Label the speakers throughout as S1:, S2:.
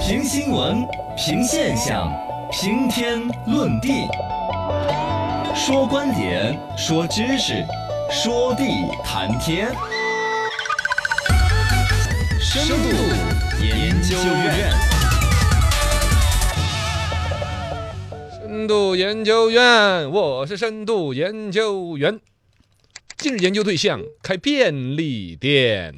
S1: 评新闻，评现象，评天论地，说观点，说知识，说地谈天。深度研究院，
S2: 深度研究院，我是深度研究员。近日研究对象开便利店。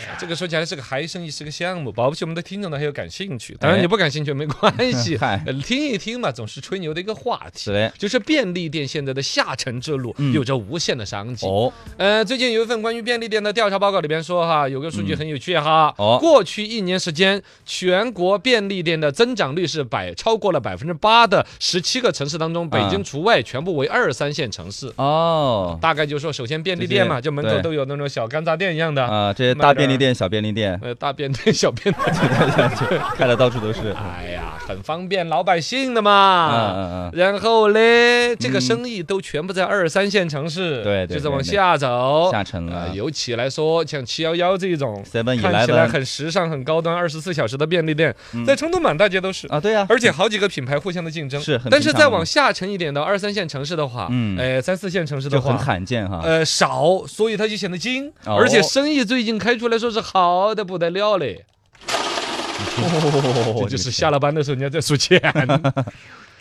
S2: 哎这个说起来是个还生意，是个项目，保不齐我们的听众呢还有感兴趣。当然
S1: 哎，
S2: 你不感兴趣没关系
S1: 嗨
S2: 呃听一听嘛，总是吹牛的一个话
S1: 是
S2: 题。
S1: 嘞。
S2: 就是便利店现在的下沉之路
S1: 嗯
S2: 有着无限的商机。
S1: 哦，
S2: 呃，最近有一份关于便利店的调查报告里边说哈，有个数据很有趣哈。
S1: 嗯哦
S2: 过去一年时间，全国便利店的增长率是百超过了百分之八的十七个城市当中，北
S1: 啊
S2: 京除外，全部为二三线城市。
S1: 哦，
S2: 大概就说，首先便利店嘛，
S1: 这些
S2: 就门口
S1: 对
S2: 都有那种小干杂店一样的，
S1: 啊，这些大便利店、小便利店
S2: 呃，大便 店、小便店，
S1: 开的到处都是。嗯
S2: 哎呀，很方便老百姓的
S1: 嗯嗯，
S2: 嘛。然后嘞，这个
S1: 嗯
S2: 生意都全部在二三线城市，
S1: 对对
S2: 就是
S1: 对
S2: 往
S1: 对
S2: 下走，
S1: 下沉
S2: 呃，
S1: 了。
S2: 尤其来说，像七幺幺这种
S1: Seven
S2: 看起来
S1: Eleven
S2: 很时尚、很高端、二十四小时的便利店
S1: 嗯，
S2: 在成都满大街都是，
S1: 啊，对呀，
S2: 而且好几个品牌互相的竞争。
S1: 是很
S2: 但是
S1: 平常
S2: 再
S1: 的
S2: 往下沉一点到二三线城市的话，
S1: 嗯
S2: 呃，三四线城市
S1: 就
S2: 的
S1: 很
S2: 话。
S1: 罕见哈。
S2: 呃，少，所以它就显得精，
S1: 啊哦
S2: 而且生意最近开出来说是好的不得了嘞，
S1: 哦
S2: 这就是下了班的时候人家在 数钱。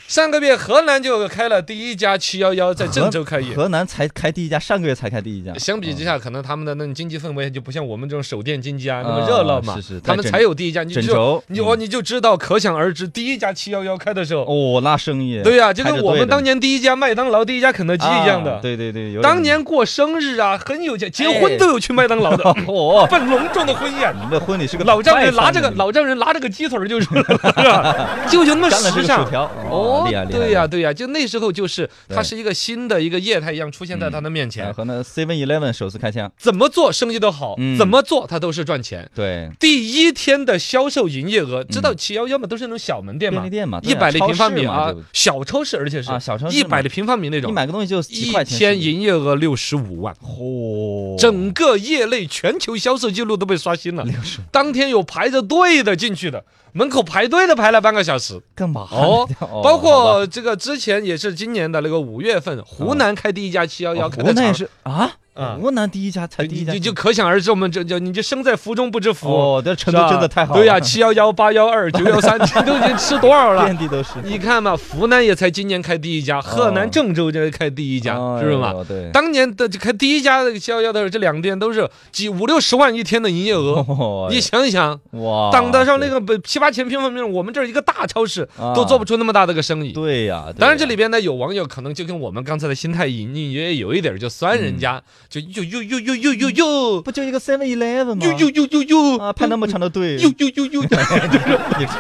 S2: 上个月河南就开了第一家七幺幺，在郑州开业，
S1: 河南才开第一家，上个月才开第一家。
S2: 相比之下，可能他们的那种经济氛围就不像我们这种手电经济啊那么
S1: 啊
S2: 热闹嘛。
S1: 是是
S2: 他们
S1: 在
S2: 才有第一家，你
S1: 郑
S2: 就
S1: 州，
S2: 你哦，你就知道，可想而知，第一家七幺幺开的时候，
S1: 嗯哦，那生意，
S2: 对呀、就
S1: 排
S2: 跟
S1: 着
S2: 我
S1: 队
S2: 们
S1: 的
S2: 当年第一家麦当劳、第一家肯德基一样
S1: 啊
S2: 的。
S1: 对对对，有
S2: 当
S1: 点
S2: 年过生日啊，很有钱，结
S1: 哎
S2: 婚都有去麦当劳的，
S1: 哦，
S2: 办隆重的婚宴。
S1: 你们的婚礼是个
S2: 老丈
S1: 快
S2: 人拿
S1: 餐
S2: 着
S1: 的
S2: 个老丈人拿着个鸡腿儿就出来了，是 吧？就就那么
S1: 干了这个薯
S2: 时尚。
S1: 条，
S2: 哦
S1: 厉害，厉害，
S2: 对呀、对呀、就那时候就是它
S1: 对
S2: 是一个新的一个业态一样出现在他的面前
S1: 哎，和那 Seven Eleven 首次开枪，
S2: 怎么做生意都好，
S1: 嗯
S2: 怎么做它都是赚钱。
S1: 对，
S2: 第一天的销售营业额，知道七幺幺嘛，都是那种小门店
S1: 便
S2: 嘛
S1: 利，店嗯嘛，对
S2: 一
S1: 呀
S2: 百的平方米，
S1: 超
S2: 啊
S1: 市嘛，
S2: 小超市，而且是
S1: 啊小超市
S2: 一百
S1: 嘛
S2: 的平方米那
S1: 就你
S2: 种，
S1: 买个东西就几
S2: 一
S1: 块钱，
S2: 天营业额六十五万。
S1: 嚯，
S2: 整个业内全球销售记录都被刷 新了，
S1: 六十
S2: 当天有排着队的进去的，门口排队的排了半个小时。
S1: 干嘛
S2: 哦
S1: 呢？哦
S2: 包
S1: 好吧
S2: 括这个之前也是今年的那个五月份，湖南开第一家七幺幺，
S1: 哦
S2: 开
S1: 湖
S2: 的
S1: 南也
S2: 长
S1: 是啊
S2: 嗯，
S1: 湖南第一家才第一
S2: 你
S1: 家
S2: 就就可想而知，我们这就你就身在福中不知福。
S1: 哦，这成
S2: 是吧
S1: 都真的太好了，
S2: 对呀、七幺幺、八 幺二、九幺三，这都已经吃多少了
S1: 遍？地都是
S2: 你看嘛，湖南也才今年开第一家，河南郑州这开第一家，
S1: 哦
S2: 是不是嘛？
S1: 哦对，
S2: 当年的就开第一家七幺幺的时候，这两店都是几五六十万一天的营业额。
S1: 哦
S2: 你想一想，
S1: 哇，
S2: 挡得上那个不七八千平方米，我们这儿一个大超市
S1: 啊
S2: 都做不出那么大的个生意。
S1: 对呀，对
S2: 当然，
S1: 呀
S2: 这里边呢有网友可能就跟我们刚才的心态隐隐约约有一点儿就酸人
S1: 嗯
S2: 家，就又又又又又又又
S1: 不就一个 Seven Eleven 吗？
S2: 又又又又又
S1: 啊，排那么长的队，
S2: 又又又又，
S1: 你这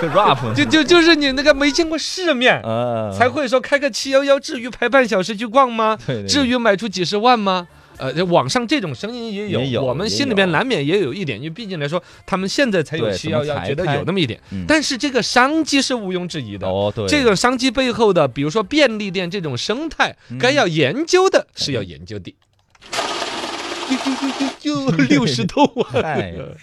S1: 个 rap
S2: 就就就是你那个没见过世面，
S1: 啊，
S2: 才会说开个七幺幺，至于排半小时去逛吗？
S1: 对对
S2: 至
S1: 于
S2: 于买出几十万吗？呃，这网上这种声音也有，
S1: 也有
S2: 我们心里边难免也有一点，因为毕竟来说，他们现在才有
S1: 对
S2: 七幺
S1: 怎么
S2: 幺，
S1: 才
S2: 觉得
S1: 开
S2: 有那么一点，
S1: 嗯
S2: 但是这个商机是毋庸置疑的。
S1: 哦对
S2: 这个商机背后的，比如说便利店这种生态，
S1: 嗯
S2: 该要研究的是要研究的。就就就就 六十多
S1: 哎
S2: 万，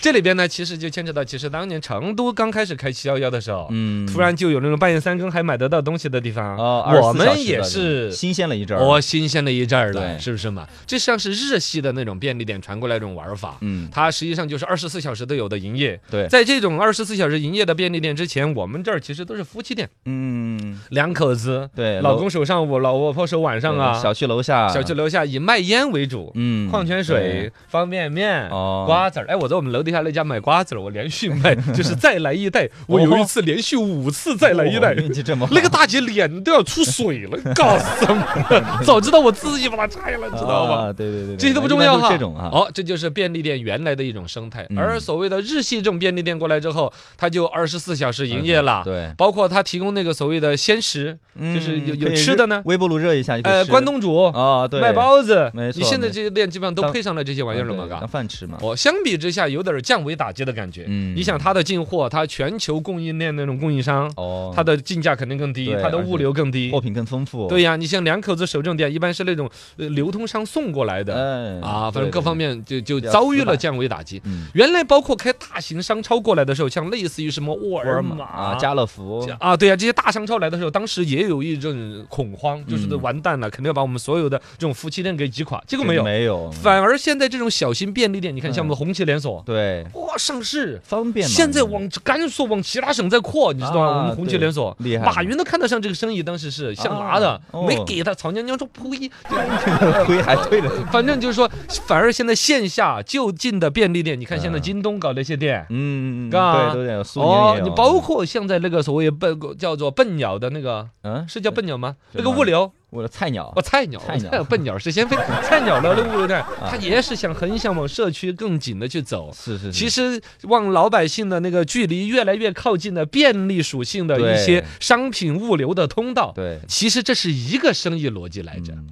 S2: 这里边呢，其实就牵扯到，其实当年成都刚开始开七幺幺的时候，
S1: 嗯
S2: 突然就有那种半夜三更还买得到东西的地方，啊
S1: 哦，24
S2: 我
S1: 小
S2: 们
S1: 时
S2: 也
S1: 的
S2: 是。
S1: 新鲜了一阵儿。
S2: 哦，新鲜了一阵儿了，
S1: 对
S2: 是不是嘛？这实际上是日系的那种便利店传过来一种玩法，
S1: 嗯，
S2: 它实际上就是二十四小时都有的营业。
S1: 对，
S2: 在这种二十四小时营业的便利店之前，我们这儿其实都是夫妻店，
S1: 嗯，
S2: 两口子，
S1: 对，
S2: 老
S1: 楼
S2: 公手上午，老婆手晚上啊
S1: 对，小区楼下，
S2: 小区，楼下以卖烟为主，
S1: 嗯，
S2: 矿泉水、方便面
S1: 对，。哦，
S2: 瓜子儿，哎，我在我们楼底下那家买瓜子儿，我连续 买，就是再来一袋。我有一次连续五次再来一
S1: 哦
S2: 袋，
S1: 运气这么好
S2: 那个大姐脸都要出水 了，搞什么？早知道我自己把它拆了，知道吧？
S1: 啊对对对，对
S2: 这些都不重要
S1: 一般
S2: 哈。
S1: 都这种啊，
S2: 哦，这就是便利店原来的一种生态。
S1: 嗯
S2: 而所谓的日系这种便利店过来之后，它就二十四小时营业了。
S1: 嗯对，嗯
S2: 包括它提供那个所谓的鲜食，哦啊就是有有吃的呢
S1: 可以热微波炉热一下就可以
S2: 呃，
S1: 吃
S2: 关东煮、
S1: 啊，对，
S2: 卖包子，
S1: 没错
S2: 你现在这些店基本上都
S1: 当
S2: 配上了这些玩意儿了嘛？
S1: 对
S2: 嘎哦
S1: 当。饭吃嘛。
S2: 我相比之下有点点降维打击的感觉。
S1: 嗯
S2: 你想它的进货，它全球供应链那种供应商，
S1: 哦，
S2: 它的进价肯定更低，
S1: 对
S2: 它的
S1: 而且
S2: 物流更低
S1: 货。品更丰富，
S2: 对呀，你像两口子手挣店，一般是那种呃流通商送过来的
S1: 嗯，
S2: 啊，
S1: 对
S2: 反正各
S1: 对
S2: 方面就就
S1: 比较
S2: 遭遇
S1: 死
S2: 了
S1: 板
S2: 降维打击。
S1: 嗯，
S2: 原来包括开大型商超过来的时候，像类似于什么沃
S1: 沃尔
S2: 尔
S1: 玛
S2: 玛
S1: 啊，家乐福，
S2: 啊，对啊，这些大商超来的时候，当时也有一种恐慌，就是
S1: 嗯
S2: 完蛋了，肯定要把我们所有的这种夫妻店给挤垮。结果没有，
S1: 没有，
S2: 反而现在这种小型便利店，你看像
S1: 嗯
S2: 我们红旗连锁，
S1: 对，
S2: 哇，上市。
S1: 方便嘛。
S2: 现在往甘肃、往其他省在扩，你知道吗？
S1: 啊
S2: 我们红旗
S1: 对
S2: 连锁，
S1: 厉害
S2: 马云都看得上这个生意，当时是想拿的，
S1: 啊哦
S2: 没给他。曹娘娘说呸，
S1: 推还推了，
S2: 反正就是说，反而现在线下就近的便利店，你看现在
S1: 嗯
S2: 京东搞那些店，
S1: 嗯，
S2: 嘎
S1: 对，都有苏宁
S2: 哦
S1: 也，
S2: 你
S1: 有
S2: 包括像在那个所谓笨叫做笨鸟的那个，
S1: 嗯，
S2: 是叫笨鸟吗？
S1: 对
S2: 那个物流，
S1: 我的菜鸟
S2: 哦，，菜鸟，
S1: 菜鸟啊
S2: 笨鸟是 先飞，菜鸟的那个物流站，它也是想很想往社区更紧的去走。
S1: 是是，
S2: 其
S1: 是
S2: 实往老百姓的那个距离越来越靠近的便利属性的一些
S1: 对
S2: 商品物流的通道，
S1: 对，
S2: 其实这是一个生意逻辑来着，
S1: 嗯，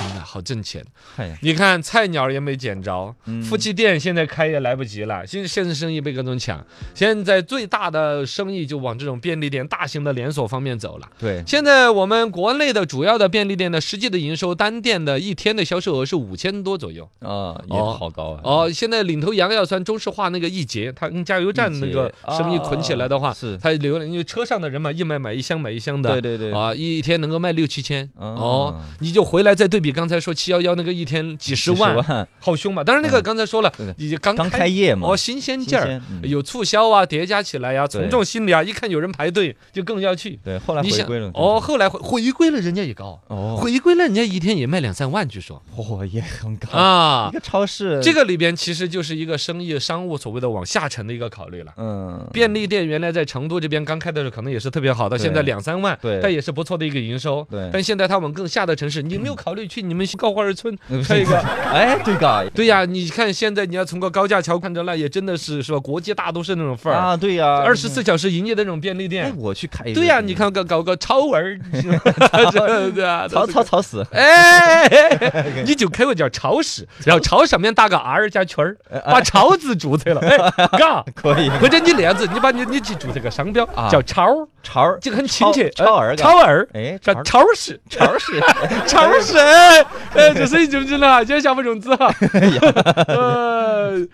S2: 真的好挣钱。
S1: 哎呀，
S2: 你看菜鸟也没捡着，
S1: 嗯
S2: 夫妻店现在开也来不及了，现在现在生意被各种抢，现在最大的生意就往这种便利店、大型的连锁方面走了。
S1: 对，
S2: 现在我们国内的主要的便利店的实际的营收，单店的一天的销售额是五千多左右。
S1: 啊，也
S2: 哦
S1: 好高啊，
S2: 哦，现在领头羊要算中石化那个一节，它跟加油站那个
S1: 一节
S2: 生意捆起来的话，
S1: 啊是
S2: 它流量，因为车上的人嘛，一买买一箱买一箱的，
S1: 对对对，
S2: 啊，一天能够卖六七千，
S1: 嗯
S2: 哦，你就回来再对比刚才说七幺幺那个一天几十万，
S1: 万，嗯
S2: 好凶嘛！当然那个刚才说了
S1: 对对，
S2: 已经刚
S1: 刚开业嘛
S2: 哦，，新鲜劲儿
S1: 新鲜，嗯
S2: 有促销啊，叠加起来呀，
S1: 对
S2: 从众心理啊，一看有人排队就更要去。
S1: 对，后来
S2: 你
S1: 回
S2: 想
S1: 归了，
S2: 哦，，后来回回归了，人家也高，
S1: 哦，
S2: 回归了人家一天也卖两三万，据说
S1: 嚯，也很高，
S2: 啊
S1: 一。个超市，
S2: 这，个里边其实就是一个生意商务所谓的往下沉的一个考虑了。
S1: 嗯，
S2: 便利店原来在成都这边刚开的时候，可能也是特别好，到现在
S1: 对
S2: 两三万，
S1: 对
S2: 但也是不错的一个营收。
S1: 对
S2: 但现在它往更下的城市，你有没有考虑去你们高花儿村
S1: 嗯
S2: 开一 个？
S1: 哎，对嘎，
S2: 对呀，你看现在你要从个高架桥看着那也真的是是吧？国际大都市那种范儿，
S1: 啊，对呀，
S2: 二十四小时营业的那种便利
S1: 哎，
S2: 店。
S1: 我去开一个，
S2: 对呀，你，看搞搞个超儿， 对啊，
S1: 吵吵吵死，
S2: 哎，你就开个叫超市，然后超上面打个 R 加圈儿，把超字注册了，哎，嘎。
S1: 可 以，
S2: 或者你那样子，你把你你去注册个商标
S1: 啊
S2: 叫超儿，
S1: 潮儿，
S2: 这个很亲切，
S1: 超超儿嘎
S2: 超儿。
S1: 哎，潮
S2: 叫
S1: 儿
S2: 超市，
S1: 潮儿是，
S2: 超市，哎，这生意知不知道？今天下不种子哈。呃